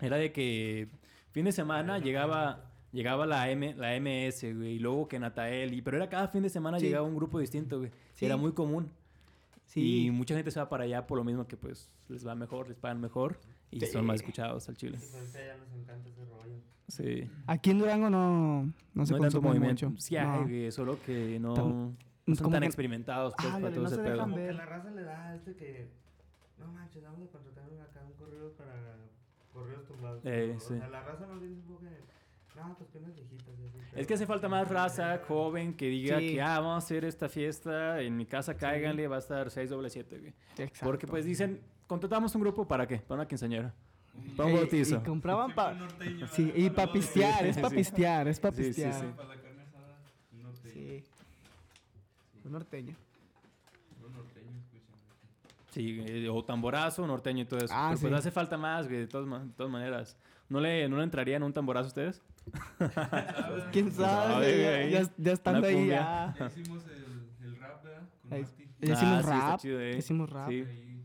[SPEAKER 1] era de que fin de semana llegaba, llegaba la, M, la MS, güey, y luego que Natael, y, pero era cada fin de semana
[SPEAKER 2] Sí.
[SPEAKER 1] llegaba un grupo distinto, güey.
[SPEAKER 2] Sí.
[SPEAKER 1] Era muy común.
[SPEAKER 2] Sí.
[SPEAKER 1] Y mucha gente se va para allá por lo mismo que pues les va mejor, les pagan mejor y son más escuchados al chile.
[SPEAKER 3] Pues, Ahorita ya nos encanta ese rollo.
[SPEAKER 1] Sí.
[SPEAKER 2] Aquí en Durango no, no se
[SPEAKER 1] hay tanto
[SPEAKER 2] consume
[SPEAKER 1] movimiento.
[SPEAKER 2] mucho.
[SPEAKER 1] Sí, hay,
[SPEAKER 2] No.
[SPEAKER 1] güey, solo que no,
[SPEAKER 2] Tam-
[SPEAKER 1] no son
[SPEAKER 2] como
[SPEAKER 1] tan
[SPEAKER 2] que-
[SPEAKER 1] experimentados pues,
[SPEAKER 2] Ándale,
[SPEAKER 1] para todo
[SPEAKER 2] no
[SPEAKER 1] ese
[SPEAKER 2] se
[SPEAKER 1] pedo.
[SPEAKER 2] dejan
[SPEAKER 3] Como
[SPEAKER 2] ver.
[SPEAKER 3] que la raza le da a este que. No manches, vamos a contratar un- acá un correo para correos tumbados.
[SPEAKER 1] Eh,
[SPEAKER 3] o
[SPEAKER 1] sí.
[SPEAKER 3] sea, la raza no dice un poco de. No, pues piernas viejitas. y así,
[SPEAKER 1] Es
[SPEAKER 3] pero-
[SPEAKER 1] que hace falta más raza joven que diga
[SPEAKER 2] Sí.
[SPEAKER 1] que, ah, vamos a hacer esta fiesta, en mi casa cáiganle, va a estar 677, güey.
[SPEAKER 2] Exacto.
[SPEAKER 1] Porque pues dicen, contratamos un grupo para qué? Para una quinceañera. Para un
[SPEAKER 2] Ey,
[SPEAKER 1] bautizo.
[SPEAKER 2] Y compraban pa... Sí, y pa' pistear, es pa'
[SPEAKER 1] Sí.
[SPEAKER 2] pistear, es pa'
[SPEAKER 1] Sí, sí,
[SPEAKER 2] pistear.
[SPEAKER 1] sí.
[SPEAKER 5] Para la carne asada, un norteño.
[SPEAKER 2] Sí. Un norteño.
[SPEAKER 5] Un norteño, escucha.
[SPEAKER 1] Sí, güey, o tamborazo, norteño y todo eso.
[SPEAKER 2] Ah,
[SPEAKER 1] Pero pues
[SPEAKER 2] sí.
[SPEAKER 1] hace falta más, güey, de todas, ma- de todas maneras. ¿No le, ¿No le entrarían un tamborazo a ustedes?
[SPEAKER 2] Pues, ¿Quién sabe?
[SPEAKER 1] sabe,
[SPEAKER 2] ya-
[SPEAKER 1] güey?
[SPEAKER 2] ya, ya, estando
[SPEAKER 1] Una
[SPEAKER 2] ahí
[SPEAKER 1] cumbia.
[SPEAKER 2] ya.
[SPEAKER 5] Ah, Ya hicimos el, el rap, ¿verdad? Con
[SPEAKER 2] Ahí-
[SPEAKER 5] Martín.
[SPEAKER 2] Ya
[SPEAKER 1] Ah,
[SPEAKER 2] hicimos
[SPEAKER 1] sí, está
[SPEAKER 2] rap.
[SPEAKER 1] chido, eh.
[SPEAKER 2] ya hicimos rap.
[SPEAKER 1] Sí.
[SPEAKER 5] Ahí,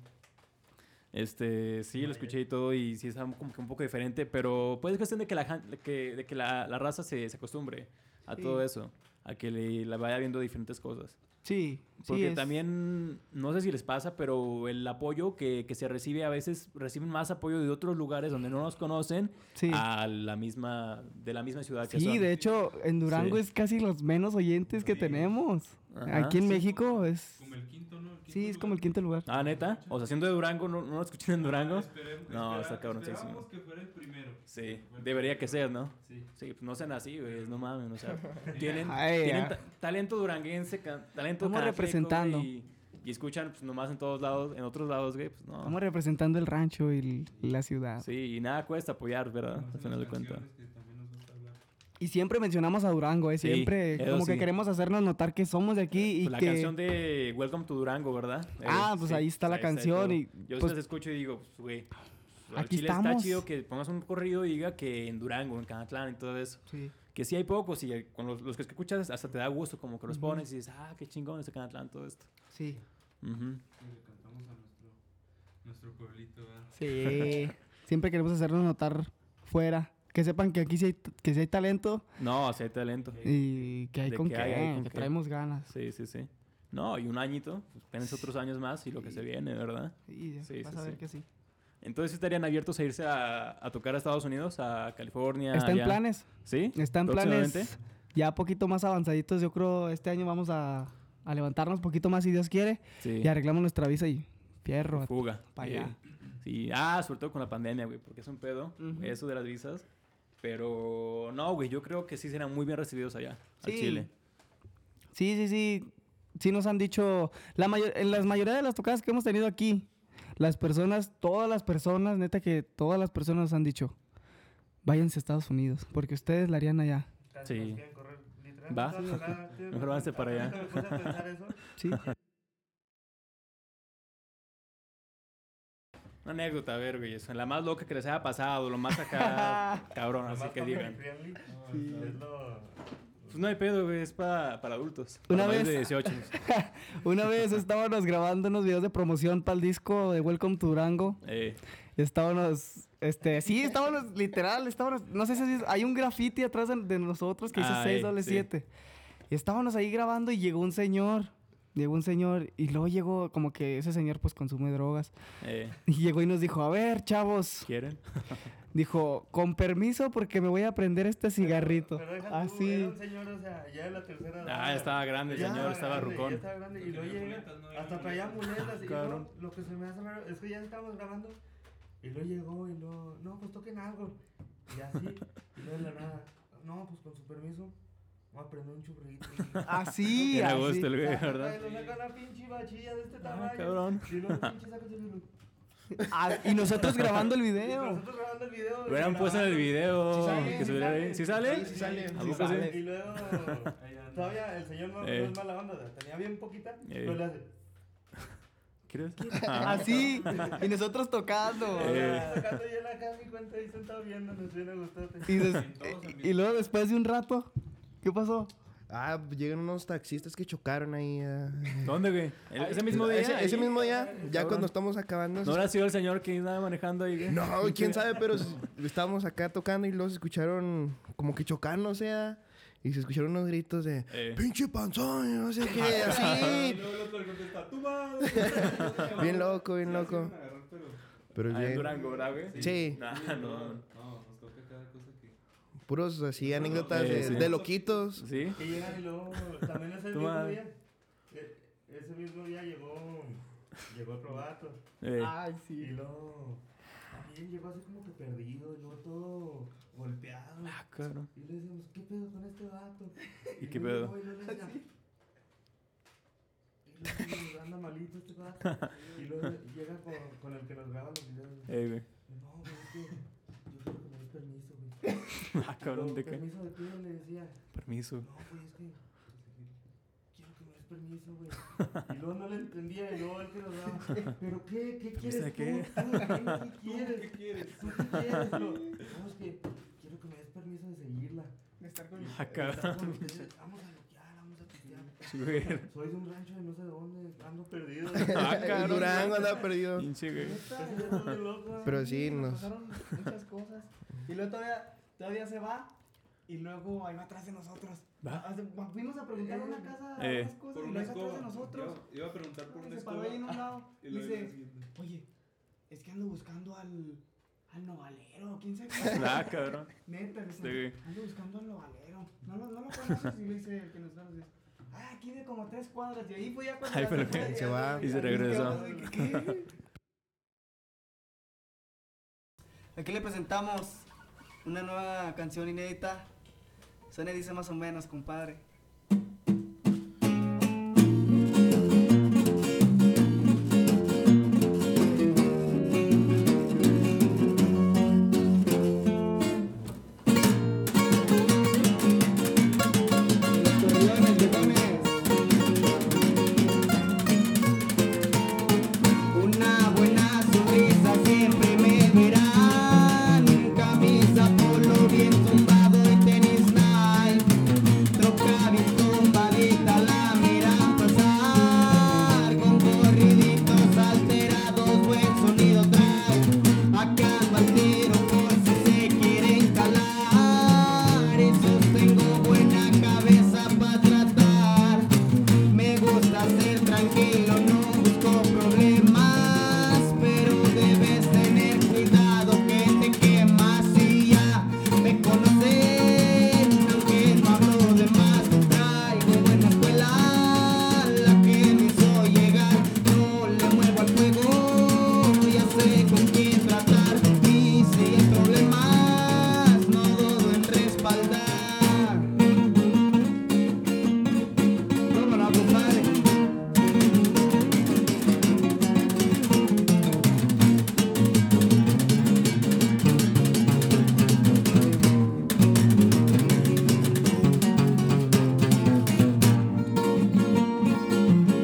[SPEAKER 1] Este, sí, lo escuché y todo, y sí es algo como que un poco diferente, pero pues es cuestión de que la, jan- de que, de que la, la raza se, se acostumbre a
[SPEAKER 2] Sí.
[SPEAKER 1] todo eso, a que le, la vaya viendo diferentes cosas.
[SPEAKER 2] Sí,
[SPEAKER 1] Porque
[SPEAKER 2] es-
[SPEAKER 1] también, no sé si les pasa, pero el apoyo que, que se recibe a veces reciben más apoyo de otros lugares donde no nos conocen
[SPEAKER 2] Sí.
[SPEAKER 1] a la misma, de la misma ciudad Ah, que
[SPEAKER 2] Sí,
[SPEAKER 1] son.
[SPEAKER 2] de hecho, en Durango
[SPEAKER 1] Sí.
[SPEAKER 2] es casi los menos oyentes que
[SPEAKER 5] Sí.
[SPEAKER 2] tenemos.
[SPEAKER 1] Ajá,
[SPEAKER 2] Aquí en
[SPEAKER 1] sí.
[SPEAKER 2] México es...
[SPEAKER 5] Como el quinto, ¿no? El quinto
[SPEAKER 2] Sí, es
[SPEAKER 5] lugar.
[SPEAKER 2] como el quinto lugar.
[SPEAKER 1] Ah, neta. O sea, siendo de Durango, no, no lo escuché en Durango.
[SPEAKER 5] Esperemos-
[SPEAKER 1] No, está
[SPEAKER 5] espera-
[SPEAKER 1] cabroncísimo.
[SPEAKER 5] esperábamos que fuera el primero.
[SPEAKER 1] Sí, debería que ser, ¿no?
[SPEAKER 5] Sí.
[SPEAKER 1] Sí, pues no sean así, güey, no mames, o sea,
[SPEAKER 5] [laughs]
[SPEAKER 1] tienen,
[SPEAKER 2] Ay,
[SPEAKER 1] tienen
[SPEAKER 2] ah.
[SPEAKER 1] ta- talento duranguense, ca- talento
[SPEAKER 2] Estamos
[SPEAKER 1] canjeco,
[SPEAKER 2] representando.
[SPEAKER 1] güey, Y, y escuchan, pues, nomás en todos lados, en otros lados, güey, pues, no.
[SPEAKER 2] Estamos representando el rancho y l- la ciudad.
[SPEAKER 1] Sí, y nada cuesta apoyar, ¿verdad?
[SPEAKER 5] Más
[SPEAKER 1] Al
[SPEAKER 5] en
[SPEAKER 1] final de
[SPEAKER 5] las
[SPEAKER 1] cuentas.
[SPEAKER 5] canciones que también nos gusta hablar.
[SPEAKER 2] Y siempre mencionamos a Durango, ¿eh?
[SPEAKER 1] Sí,
[SPEAKER 2] Siempre
[SPEAKER 1] eso
[SPEAKER 2] como que
[SPEAKER 1] sí.
[SPEAKER 2] queremos hacernos notar que somos de aquí y
[SPEAKER 1] Pues la
[SPEAKER 2] que...
[SPEAKER 1] canción de Welcome to Durango, ¿verdad?
[SPEAKER 2] Ah,
[SPEAKER 1] Eh,
[SPEAKER 2] pues ahí está la canción
[SPEAKER 1] todo.
[SPEAKER 2] y,
[SPEAKER 1] Yo a
[SPEAKER 2] pues-
[SPEAKER 1] veces escucho y digo, pues, güey, pues, al
[SPEAKER 2] Aquí
[SPEAKER 1] Chile está
[SPEAKER 2] estamos.
[SPEAKER 1] chido que pongas un corrido y diga que en Durango, en Canatlán y todo eso.
[SPEAKER 2] Sí.
[SPEAKER 1] Que sí hay pocos y eh, con los, los que escuchas hasta te da gusto como que los
[SPEAKER 2] Ujú.
[SPEAKER 1] pones y dices, ah, qué chingón este Canatlán, todo esto.
[SPEAKER 2] Sí.
[SPEAKER 1] Ujú.
[SPEAKER 5] Y le cantamos a nuestro, nuestro pueblito, ¿verdad?
[SPEAKER 2] Sí. [laughs] siempre queremos hacernos notar fuera. Que sepan que aquí sí hay, t- que sí hay talento
[SPEAKER 1] No, sí hay talento.
[SPEAKER 2] y que hay
[SPEAKER 1] De
[SPEAKER 2] con
[SPEAKER 1] que
[SPEAKER 2] qué,
[SPEAKER 1] hay, hay con
[SPEAKER 2] que
[SPEAKER 1] qué.
[SPEAKER 2] traemos ganas.
[SPEAKER 1] Sí, sí, sí. No, y un añito, pues tienes otros años más y lo que se viene, ¿verdad?
[SPEAKER 2] Y
[SPEAKER 1] Sí,
[SPEAKER 2] vas
[SPEAKER 1] sí,
[SPEAKER 2] a ver
[SPEAKER 1] sí.
[SPEAKER 2] que sí.
[SPEAKER 1] Entonces ¿sí estarían abiertos a irse a, a tocar a Estados Unidos, a California.
[SPEAKER 2] Está en
[SPEAKER 1] allá?
[SPEAKER 2] planes.
[SPEAKER 1] ¿Sí?
[SPEAKER 2] Está en
[SPEAKER 1] Próximamente.
[SPEAKER 2] planes ya poquito más avanzaditos. Yo creo este año vamos a, a levantarnos poquito más si Dios quiere.
[SPEAKER 1] Sí.
[SPEAKER 2] Y arreglamos nuestra visa y fierro.
[SPEAKER 1] Fuga.
[SPEAKER 2] pa' allá.
[SPEAKER 1] Sí. Sí. Ah, sobre todo con la pandemia, güey, porque es un pedo
[SPEAKER 2] Ujú.
[SPEAKER 1] eso de las visas. Pero no, güey, yo creo que sí serán muy bien recibidos allá, al
[SPEAKER 2] Sí.
[SPEAKER 1] Chile.
[SPEAKER 2] Sí, sí, sí. Sí nos han dicho, la mayo- en las mayoría de las tocadas que hemos tenido aquí, las personas, todas las personas, neta que todas las personas nos han dicho, váyanse a Estados Unidos, porque ustedes la harían allá.
[SPEAKER 1] Sí.
[SPEAKER 3] Nos quieren correr, literal,
[SPEAKER 1] Va.
[SPEAKER 3] no sabes nada, tío.
[SPEAKER 1] Mejor váyanse para allá.
[SPEAKER 3] Ahorita me puse a pensar eso.
[SPEAKER 2] Sí.
[SPEAKER 1] Una anécdota, a ver, güey, eso. La más loca que les haya pasado, lo más acá, cabrón,
[SPEAKER 3] Nomás
[SPEAKER 1] así que
[SPEAKER 3] family
[SPEAKER 1] digan.
[SPEAKER 3] friendly.
[SPEAKER 2] Sí.
[SPEAKER 3] Es lo-
[SPEAKER 1] Pues no hay pedo, güey, es pa- para adultos. para
[SPEAKER 2] Una
[SPEAKER 1] mayores
[SPEAKER 2] vez-
[SPEAKER 1] de 18.
[SPEAKER 2] Una vez estábamos grabando unos videos de promoción para el disco de Welcome to Durango.
[SPEAKER 1] Eh,
[SPEAKER 2] Estábamos,
[SPEAKER 3] [laughs]
[SPEAKER 2] este, sí, estábamos literal, estábamos, no sé si has visto- hay un graffiti atrás de, de nosotros que dice
[SPEAKER 1] Ah, eh,
[SPEAKER 2] 6W7. Y estábamos ahí grabando y llegó un señor, llegó un señor y luego llegó como que ese señor pues consume drogas. [laughs]
[SPEAKER 1] eh,
[SPEAKER 2] Y llegó y nos dijo, a ver, chavos,
[SPEAKER 1] ¿Quieren?
[SPEAKER 2] dijo, con permiso porque me voy a prender este cigarrito.
[SPEAKER 3] Pero deja tú, era
[SPEAKER 2] Así.
[SPEAKER 3] un señor, o sea, ya de la tercera
[SPEAKER 1] Ah,
[SPEAKER 3] edad.
[SPEAKER 1] estaba grande el
[SPEAKER 3] Ya
[SPEAKER 1] señor, estaba
[SPEAKER 3] grande, ya
[SPEAKER 1] rucón.
[SPEAKER 3] estaba grande, y
[SPEAKER 5] Tenía
[SPEAKER 3] luego llega,
[SPEAKER 5] muletas, no había
[SPEAKER 3] hasta traía muletas. y
[SPEAKER 1] Cabrón.
[SPEAKER 3] luego, lo que se me hace raro es que ya estábamos grabando. Y luego llegó y luego, no, pues toquen algo. Y así, y luego de la nada, no, pues con su permiso, voy a prender un churrito.
[SPEAKER 1] [laughs]
[SPEAKER 2] Así,
[SPEAKER 1] Bien a
[SPEAKER 2] así.
[SPEAKER 1] gusto el güey,
[SPEAKER 3] Saca,
[SPEAKER 1] ¿verdad? Ah,
[SPEAKER 3] lo saca la pinche bachilla de este tamaño.
[SPEAKER 1] cabrón.
[SPEAKER 3] Y luego pinche saca su-
[SPEAKER 1] [laughs]
[SPEAKER 2] Ah, Y nosotros grabando el
[SPEAKER 3] y [laughs]
[SPEAKER 2] video.
[SPEAKER 3] nosotros grabando el video.
[SPEAKER 1] Lo hubieran puesto en el
[SPEAKER 3] grabando.
[SPEAKER 1] video.
[SPEAKER 3] Sí sale,
[SPEAKER 1] que
[SPEAKER 3] sí
[SPEAKER 1] subiera ahí.
[SPEAKER 3] sale.
[SPEAKER 1] ¿Sí sale?
[SPEAKER 3] Sí, sí sale,
[SPEAKER 1] ¿A
[SPEAKER 2] sí
[SPEAKER 1] poco sí?
[SPEAKER 2] sale.
[SPEAKER 3] Y luego.
[SPEAKER 5] Ahí anda.
[SPEAKER 3] Todavía el señor no, no
[SPEAKER 1] Eh.
[SPEAKER 3] es mala onda, o sea, tenía bien poquita, pero le hace.
[SPEAKER 1] ¿Quieres?
[SPEAKER 2] Así. Y nosotros tocando.
[SPEAKER 1] Ah. Eh.
[SPEAKER 3] Sacando yo la cara mi cuenta y sentado viendo, nos viene gustado.
[SPEAKER 2] Y, des-
[SPEAKER 5] En todos los
[SPEAKER 2] y
[SPEAKER 5] ambientes.
[SPEAKER 2] luego después de un rato, ¿qué pasó?
[SPEAKER 4] Ah, llegan unos taxistas que chocaron ahí. ah.
[SPEAKER 1] [laughs] ¿Dónde, güey? El- [laughs] ese mismo día.
[SPEAKER 4] Ese, ese
[SPEAKER 1] ahí?
[SPEAKER 4] mismo día, ya
[SPEAKER 1] Cabrón.
[SPEAKER 4] cuando estamos acabando.
[SPEAKER 1] ¿No habrá sido el señor que estaba manejando ahí, güey?
[SPEAKER 4] No, quién sabe, pero s- estábamos acá tocando y los escucharon como que chocaron, o sea, y se escucharon unos gritos de
[SPEAKER 1] Eh.
[SPEAKER 4] pinche panzón, y no sé qué, así.
[SPEAKER 5] Luego el otro le contesta, "Tu
[SPEAKER 3] [laughs]
[SPEAKER 5] madre". Sí,
[SPEAKER 4] [laughs] bien loco, bien
[SPEAKER 5] así
[SPEAKER 4] loco.
[SPEAKER 5] van a agarrar, pero-
[SPEAKER 4] Pero
[SPEAKER 1] Ah, en
[SPEAKER 4] bien,
[SPEAKER 1] Durango, ¿verdad, güey?
[SPEAKER 4] Sí.
[SPEAKER 1] Nah, no.
[SPEAKER 5] No, nos toca cada cosa que.
[SPEAKER 4] puros así anécdotas
[SPEAKER 1] Eh,
[SPEAKER 4] de,
[SPEAKER 1] sí.
[SPEAKER 4] de loquitos.
[SPEAKER 1] ¿Sí?
[SPEAKER 3] Y llegan y luego, también ese
[SPEAKER 1] Tu
[SPEAKER 3] mismo
[SPEAKER 1] madre.
[SPEAKER 3] día, eh, ese mismo día llegó, llegó otro vato.
[SPEAKER 1] Eh,
[SPEAKER 2] Ay,
[SPEAKER 3] Y luego, también llegó así como que perdido, y luego todo golpeado.
[SPEAKER 1] Ah, cabrón.
[SPEAKER 3] Y le decíamos, ¿qué pedo con este vato?
[SPEAKER 1] ¿Y qué pedo?
[SPEAKER 3] luego llegó Y luego decía, "Y luego anda malito este vato. Y luego llega con, con el que nos graba los videos.
[SPEAKER 1] Eh, [laughs] güey.
[SPEAKER 3] No, güey, es que yo quiero que me des permiso, güey.
[SPEAKER 1] Ah, [laughs] cabrón, ¿de qué?
[SPEAKER 3] Permiso de qué? Le decía,
[SPEAKER 1] Permiso.
[SPEAKER 3] no, güey, es que quiero que me des permiso, güey. Y luego no le entendía, y luego él que nos daba, ¿pero qué? ¿Qué quieres?
[SPEAKER 1] de
[SPEAKER 3] tú?
[SPEAKER 1] este qué?
[SPEAKER 3] ¿Tú ¿Qué,
[SPEAKER 5] [laughs] ¿Tú
[SPEAKER 3] qué
[SPEAKER 5] ¿Qué
[SPEAKER 3] quieres?
[SPEAKER 5] quieres?
[SPEAKER 3] ¿Tú qué quieres? No, no, es que quiero que me des permiso de seguirla.
[SPEAKER 1] Ah, cabrón.
[SPEAKER 3] Con ustedes, Vamos a loquear, vamos a pistear.
[SPEAKER 1] Sí,
[SPEAKER 4] [laughs]
[SPEAKER 1] güey.
[SPEAKER 3] Soy de un rancho de no sé dónde, ando
[SPEAKER 1] [laughs]
[SPEAKER 3] perdido.
[SPEAKER 1] Ah,
[SPEAKER 4] El
[SPEAKER 1] cabrón.
[SPEAKER 4] Durango andaba perdido.
[SPEAKER 1] Pinche, güey.
[SPEAKER 3] Pero
[SPEAKER 4] Pero sí, nos-
[SPEAKER 2] Pasaron muchas cosas. Y luego todavía, todavía se va Y luego ahí va atrás de nosotros.
[SPEAKER 1] ¿Va?
[SPEAKER 2] Hace- Fuimos a preguntar a una casa
[SPEAKER 1] Eh.
[SPEAKER 2] unas cosas
[SPEAKER 5] Por
[SPEAKER 2] y
[SPEAKER 5] una
[SPEAKER 2] lo hace atrás
[SPEAKER 5] escoba.
[SPEAKER 2] de nosotros.
[SPEAKER 5] Iba, iba a preguntar por una
[SPEAKER 2] Se paró
[SPEAKER 5] escoba.
[SPEAKER 2] ahí en un lado.
[SPEAKER 5] [laughs] Y lo
[SPEAKER 2] dice,
[SPEAKER 5] siguiente.
[SPEAKER 2] oye, es que ando buscando al. al novalero, quién sabe.
[SPEAKER 1] Ah, cabrón. este,
[SPEAKER 2] Neta, dice,
[SPEAKER 1] Sí.
[SPEAKER 2] ando buscando al novalero. No lo, no lo conoces y dice el que nos da los días. Ah, aquí de como tres cuadras. Y ahí fue ya cuando.
[SPEAKER 1] Ahí
[SPEAKER 2] ya
[SPEAKER 1] fue lo
[SPEAKER 2] fue
[SPEAKER 1] que-
[SPEAKER 2] ya-
[SPEAKER 4] se va.
[SPEAKER 2] ya-
[SPEAKER 1] Y se
[SPEAKER 2] ya-
[SPEAKER 1] regresó.
[SPEAKER 2] ¿Qué? Aquí le presentamos una nueva canción inédita. Suena y dice más o menos, compadre. Los corriones, leones. Una buena sonrisa siempre me verán Camisa polo bien zumbado y tenis Nike Troca bien tumbadita la miran pasar Con corriditos alterados buen sonido trae Acá al tiro por si se quieren calar Eso tengo buena cabeza para tratar me gusta ser tranquilo, no busco problemas, pero debes tener cuidado que te quemas y ya me conocen, aunque no hablo de más, traigo buena escuela, la que me hizo llegar, no le muevo al fuego, ya sé con quién tratar, y si hay problemas, no dudo en respaldar. ¿Cómo no, compadre?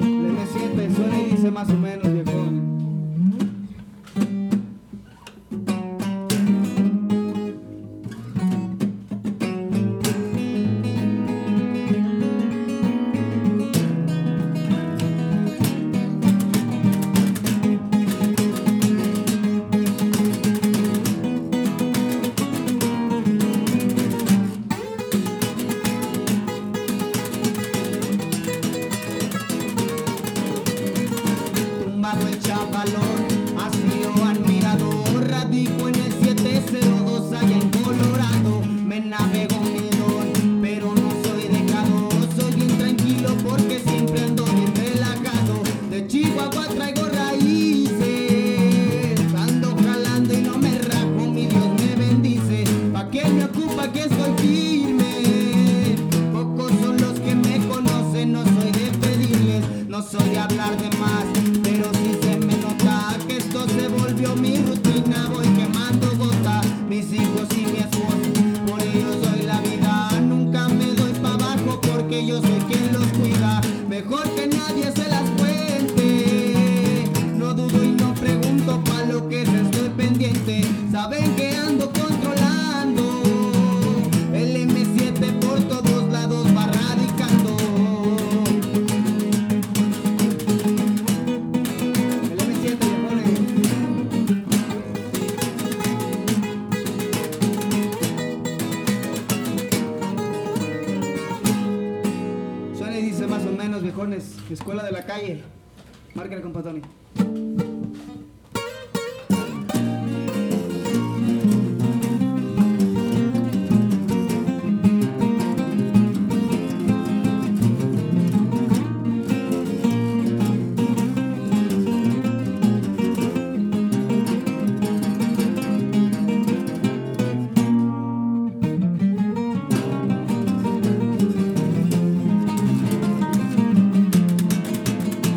[SPEAKER 2] Le me siente, suena y dice más o menos, viejo. tumbado el chavalón, ha sido admirador, radico en el 702 allá en Colorado, me navego mi don, pero no soy dejado, soy bien tranquilo porque siempre ando bien relajado, de Chihuahua traigo raíces, ando jalando y no me rajo, mi Dios me bendice, pa' que me ocupa que estoy firme, pocos son los que me conocen, no soy de pedirles, no soy de hablar de más, pero si se me nota que esto se volvió mi rutina, voy quemando gota, mis hijos y mi esposa, por ellos doy la vida, nunca me doy pa' abajo porque yo soy quien los cuida, mejor que nadie se las cuente, no dudo y no pregunto pa' lo que les estoy pendiente, saben que ando controlando, el M7 por todos lados va radicando. El M7 le pone. Suena y dice más o menos, viejones. Escuela de la calle. Márquenle, compa Tony.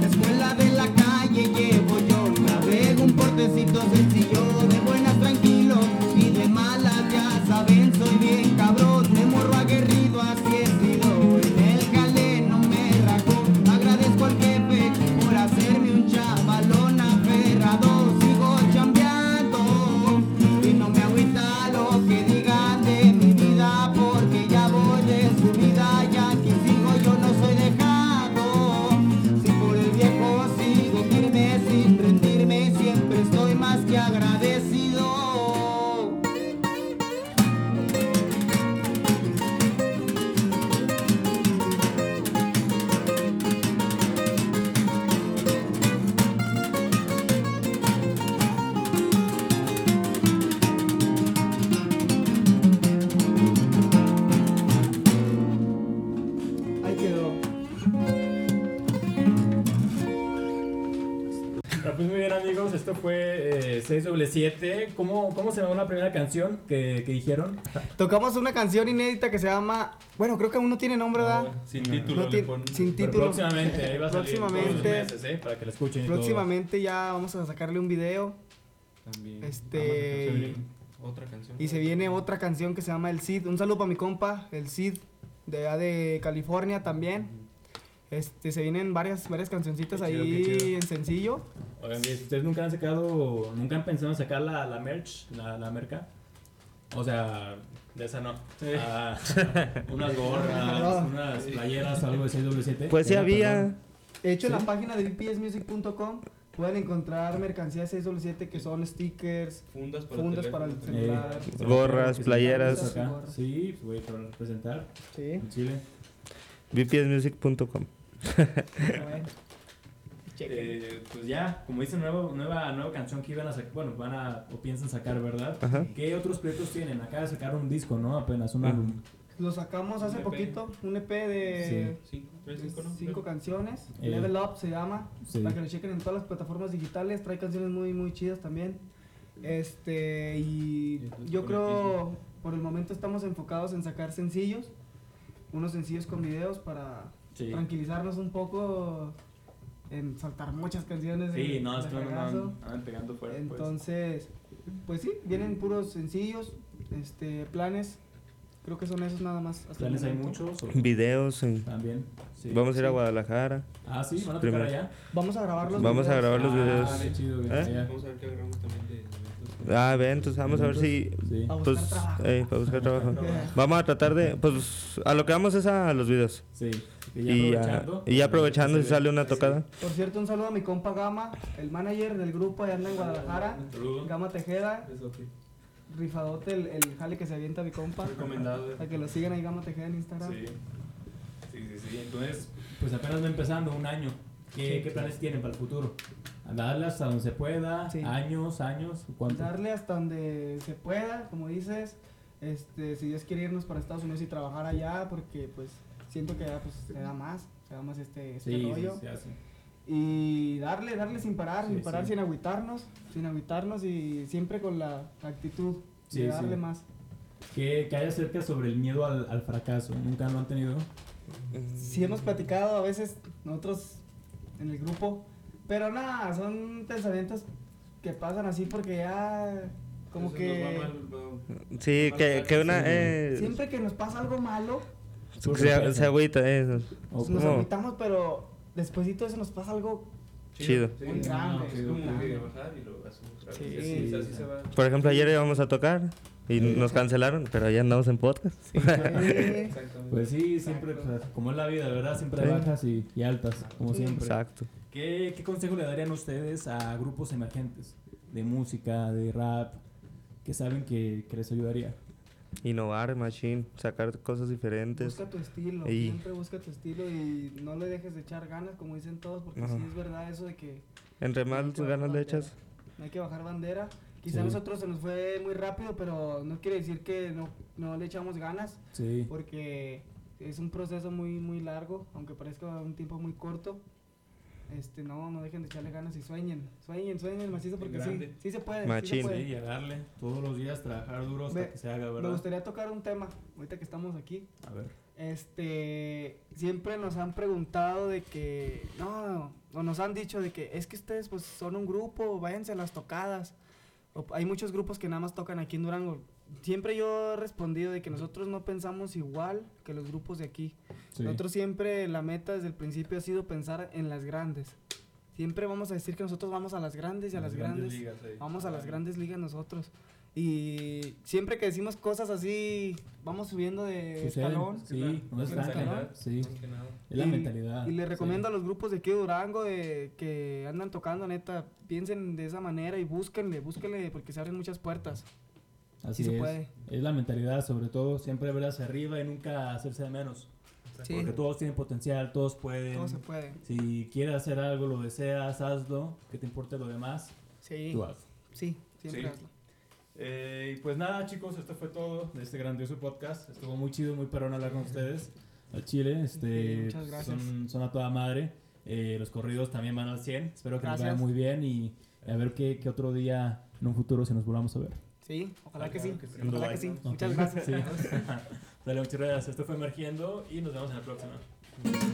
[SPEAKER 2] Escuela de la calle llevo yo
[SPEAKER 1] Bueno, pues muy bien amigos, esto fue eh, 6W7. ¿Cómo, ¿Cómo se llama la primera canción que, que dijeron?
[SPEAKER 2] Tocamos una canción inédita que se llama. Bueno, creo que aún no tiene nombre, ¿verdad?
[SPEAKER 3] Sin
[SPEAKER 1] No,
[SPEAKER 3] título
[SPEAKER 2] no
[SPEAKER 3] le
[SPEAKER 2] tiene-
[SPEAKER 3] ponen.
[SPEAKER 2] sin
[SPEAKER 1] Pero
[SPEAKER 2] título.
[SPEAKER 1] próximamente, ahí va a salir en todos los
[SPEAKER 2] Próximamente.
[SPEAKER 1] meses, ¿eh? Para que la escuchen y todo.
[SPEAKER 2] Próximamente ya vamos a sacarle un video.
[SPEAKER 3] También. Ah,
[SPEAKER 2] Este-
[SPEAKER 3] Vamos a hacer Otra canción.
[SPEAKER 2] Y se viene otra canción que se llama El Cid. Un saludo para mi compa, El Cid, de allá de California también. Este, se vienen varias, varias cancioncitas
[SPEAKER 1] Qué
[SPEAKER 2] ahí
[SPEAKER 1] chido, qué chido.
[SPEAKER 2] en sencillo.
[SPEAKER 1] Oigan, bien, ¿ustedes nunca han sacado, nunca han pensado en sacar la, la merch, la, la merca? O sea, de esa no. Ah, unas gorras, unas playeras, algo de 6W7.
[SPEAKER 4] Pues sí
[SPEAKER 1] Una,
[SPEAKER 4] había.
[SPEAKER 1] perdón.
[SPEAKER 2] De hecho, en
[SPEAKER 1] Sí.
[SPEAKER 2] la página de bpsmusic.com pueden encontrar mercancía 6W7 que son stickers,
[SPEAKER 3] Fundas para
[SPEAKER 2] fundas
[SPEAKER 3] el
[SPEAKER 2] para el
[SPEAKER 3] teléfono.
[SPEAKER 2] celular.
[SPEAKER 1] Eh,
[SPEAKER 4] Gorras, playeras.
[SPEAKER 1] Acá. Sí, güey, para representar
[SPEAKER 2] Sí,
[SPEAKER 1] en Chile.
[SPEAKER 4] VPSmusic.com.
[SPEAKER 2] bueno. Chequen.
[SPEAKER 1] Eh, pues ya, como dicen, nuevo, nueva, nueva canción que iban a sacar, bueno, van a, o piensan sacar, ¿verdad?
[SPEAKER 4] Ajá. Ah.
[SPEAKER 1] ¿Qué otros proyectos tienen? Acá de sacar un disco, ¿no? Apenas un álbum.
[SPEAKER 2] Lo sacamos hace
[SPEAKER 3] Un EP.
[SPEAKER 2] poquito, un EP de
[SPEAKER 3] Cinco, tres, cinco, ¿no?
[SPEAKER 2] cinco canciones.
[SPEAKER 1] Eh.
[SPEAKER 2] Level Up se llama.
[SPEAKER 1] Sí.
[SPEAKER 2] Para que lo chequen en todas las plataformas digitales. Trae canciones muy, muy chidas también. Este, y
[SPEAKER 3] entonces,
[SPEAKER 2] yo
[SPEAKER 3] por
[SPEAKER 2] creo por el momento estamos enfocados en sacar sencillos. Unos sencillos con videos para
[SPEAKER 1] Sí.
[SPEAKER 2] tranquilizarnos un poco. En soltar muchas canciones.
[SPEAKER 1] Sí,
[SPEAKER 2] en-
[SPEAKER 1] no,
[SPEAKER 2] de
[SPEAKER 1] es que
[SPEAKER 2] fregazo.
[SPEAKER 1] andan, andan pegando fuerte.
[SPEAKER 3] pues.
[SPEAKER 2] Entonces, pues sí, vienen puros sencillos, este, planes. Creo que son esos nada más. hasta el
[SPEAKER 1] pues. ¿Planes hay
[SPEAKER 2] momento.
[SPEAKER 1] muchos? o-
[SPEAKER 4] Videos. en-
[SPEAKER 1] También. Sí.
[SPEAKER 4] Vamos a ir a Guadalajara.
[SPEAKER 1] Ah, sí, van a tocar
[SPEAKER 4] Primero.
[SPEAKER 1] allá.
[SPEAKER 2] Vamos a grabarlos.
[SPEAKER 4] Vamos a grabar los
[SPEAKER 1] ah,
[SPEAKER 4] videos.
[SPEAKER 1] qué chido, güey,
[SPEAKER 4] ¿Eh?
[SPEAKER 1] allá.
[SPEAKER 3] Vamos a ver qué agarramos también de eventos.
[SPEAKER 4] Ah, eventos. Vamos a ver si.
[SPEAKER 1] Sí.
[SPEAKER 2] A buscar
[SPEAKER 4] Pues,
[SPEAKER 2] trabajo.
[SPEAKER 4] eh, para buscar trabajo.
[SPEAKER 2] Eh,
[SPEAKER 4] Vamos a tratar de. Pues a lo que vamos es a los videos.
[SPEAKER 1] Sí.
[SPEAKER 4] Y ya, y ya aprovechando si sale una tocada.
[SPEAKER 2] Por cierto, un saludo a mi compa Gama, el manager del grupo allá anda en Guadalajara.
[SPEAKER 1] Saludos.
[SPEAKER 2] Gama Tejeda,
[SPEAKER 3] Es ok.
[SPEAKER 2] rifadote el, el jale que se avienta mi compa.
[SPEAKER 3] Recomendado. eh.
[SPEAKER 2] Para que lo sigan ahí, Gama Tejeda en Instagram.
[SPEAKER 1] Sí. Sí, sí, sí. Entonces, pues apenas va empezando un año. ¿Qué, qué planes tienen para el futuro? Darle hasta donde se pueda,
[SPEAKER 2] Sí.
[SPEAKER 1] años, años, ¿cuánto?
[SPEAKER 2] Darle hasta donde se pueda, como dices. Este, si Dios quiere irnos para Estados Unidos y trabajar allá, porque pues siento que allá pues, se da más, se da más este, este
[SPEAKER 1] sí, sí,
[SPEAKER 2] rollo.
[SPEAKER 1] se hace.
[SPEAKER 2] Y darle, darle sin parar,
[SPEAKER 1] Sí,
[SPEAKER 2] sin parar,
[SPEAKER 1] sí.
[SPEAKER 2] sin agüitarnos, sin agüitarnos y siempre con la actitud
[SPEAKER 1] Sí, sí.
[SPEAKER 2] de darle más.
[SPEAKER 1] ¿Qué, qué hay acerca sobre el miedo al, al fracaso? ¿Nunca lo han tenido?
[SPEAKER 2] Si hemos platicado a veces nosotros en el grupo, pero nada, son pensamientos que pasan así porque ya como
[SPEAKER 3] Entonces
[SPEAKER 2] que
[SPEAKER 3] nos va mal, va-
[SPEAKER 4] Sí, que, que una. Eh,
[SPEAKER 2] siempre que nos pasa algo malo,
[SPEAKER 4] se, se agüita, eh.
[SPEAKER 1] ¿O
[SPEAKER 2] nos
[SPEAKER 4] ¿cómo?
[SPEAKER 2] agüitamos, pero después de todo eso nos pasa algo.
[SPEAKER 4] Chido.
[SPEAKER 3] Sí,
[SPEAKER 2] Muy
[SPEAKER 3] no,
[SPEAKER 2] grande,
[SPEAKER 3] Es
[SPEAKER 1] muy
[SPEAKER 3] como
[SPEAKER 2] grande.
[SPEAKER 3] que bajar y lo hacemos rápido.
[SPEAKER 2] Sí,
[SPEAKER 3] Y así-
[SPEAKER 1] sí,
[SPEAKER 3] así
[SPEAKER 1] sí.
[SPEAKER 3] se va.
[SPEAKER 4] Por ejemplo, ayer íbamos a tocar y nos cancelaron, pero ya andamos en podcast.
[SPEAKER 2] eh,
[SPEAKER 3] Exactamente.
[SPEAKER 1] Pues sí, siempre,
[SPEAKER 2] Exacto.
[SPEAKER 1] pues, como es la vida, ¿verdad? Siempre hay
[SPEAKER 4] Sí.
[SPEAKER 1] bajas y, y altas, como
[SPEAKER 2] Sí.
[SPEAKER 1] siempre.
[SPEAKER 4] Exacto.
[SPEAKER 1] ¿Qué, ¿Qué consejo le darían ustedes a grupos emergentes de música, de rap, que saben que, que les ayudaría?
[SPEAKER 4] Innovar, machine, sacar cosas diferentes.
[SPEAKER 2] busca tu estilo,
[SPEAKER 4] Y-
[SPEAKER 2] siempre busca tu estilo y no le dejes de echar ganas, como dicen todos, porque
[SPEAKER 4] Ajá.
[SPEAKER 2] sí es verdad eso de que
[SPEAKER 4] Entre
[SPEAKER 2] No hay
[SPEAKER 4] más
[SPEAKER 2] que bajar
[SPEAKER 4] ganas le
[SPEAKER 2] bandera.
[SPEAKER 4] echas.
[SPEAKER 2] No hay que bajar bandera. Quizá
[SPEAKER 1] Sí.
[SPEAKER 2] a nosotros se nos fue muy rápido, pero no quiere decir que no, no le echamos ganas,
[SPEAKER 1] Sí.
[SPEAKER 2] porque es un proceso muy, muy largo, aunque parezca un tiempo muy corto. Este, no, no dejen de echarle ganas y sueñen, sueñen, sueñen macizo, porque sí,
[SPEAKER 3] grande.
[SPEAKER 2] sí se puede. sí se
[SPEAKER 4] Machín.
[SPEAKER 2] puede.
[SPEAKER 1] y a darle todos los días, trabajar duro hasta
[SPEAKER 2] Pues, Me-
[SPEAKER 1] que se haga,
[SPEAKER 2] Me
[SPEAKER 1] ¿verdad?
[SPEAKER 2] gustaría tocar un tema, ahorita que estamos aquí.
[SPEAKER 1] A ver.
[SPEAKER 2] Este, siempre nos han preguntado de que, no, o nos han dicho de que es que ustedes pues son un grupo, váyanse a las tocadas. O, hay muchos grupos que nada más tocan aquí en Durango. Siempre yo he respondido de que nosotros no pensamos igual que los grupos de aquí.
[SPEAKER 1] Sí.
[SPEAKER 2] Nosotros siempre la meta desde el principio ha sido pensar en las grandes. Siempre vamos a decir que nosotros vamos a las grandes y a las grandes.
[SPEAKER 3] ligas ahí.
[SPEAKER 2] Vamos a las grandes ligas nosotros. Y siempre que decimos cosas así, vamos subiendo de
[SPEAKER 1] Suceden,
[SPEAKER 2] escalón.
[SPEAKER 1] Sí, no es
[SPEAKER 3] Más que
[SPEAKER 1] franca,
[SPEAKER 3] nada,
[SPEAKER 1] Sí.
[SPEAKER 3] más que nada.
[SPEAKER 1] Es la
[SPEAKER 2] Y-
[SPEAKER 1] mentalidad.
[SPEAKER 2] Y les
[SPEAKER 1] sí.
[SPEAKER 2] recomiendo a los grupos de aquí de Durango de, que andan tocando, neta, piensen de esa manera y búsquenle, búsquenle porque se abren muchas puertas.
[SPEAKER 1] Así
[SPEAKER 2] sí se
[SPEAKER 1] es.
[SPEAKER 2] puede.
[SPEAKER 1] Es la mentalidad, sobre todo, siempre ver hacia arriba y nunca hacerse de menos.
[SPEAKER 2] Sí,
[SPEAKER 1] Porque todos tienen potencial, todos pueden.
[SPEAKER 2] todo se puede.
[SPEAKER 1] Si quieres hacer algo, lo deseas, hazlo. Que te importe lo demás,
[SPEAKER 2] Sí,
[SPEAKER 1] tú hazlo.
[SPEAKER 2] sí, siempre
[SPEAKER 1] Sí.
[SPEAKER 2] hazlo.
[SPEAKER 1] Eh, y pues nada, chicos, esto fue todo de este grandioso podcast. Estuvo muy chido, muy perrón hablar con ustedes al Chile. Este,
[SPEAKER 2] Sí, muchas gracias.
[SPEAKER 1] Son, son a toda madre. Eh, los corridos también van al 100. Espero que les
[SPEAKER 2] Gracias.
[SPEAKER 1] vaya muy bien y a ver qué, qué otro día en un futuro se nos volvamos a ver.
[SPEAKER 2] Sí, ojalá que sí.
[SPEAKER 6] Claro que sí.
[SPEAKER 2] Ojalá que
[SPEAKER 1] Dubái,
[SPEAKER 2] sí.
[SPEAKER 1] ¿no?
[SPEAKER 2] Muchas
[SPEAKER 1] Ok.
[SPEAKER 2] [laughs] gracias.
[SPEAKER 1] Sí. Dale, muchas gracias. Esto fue Emergiendo y nos vemos en la próxima.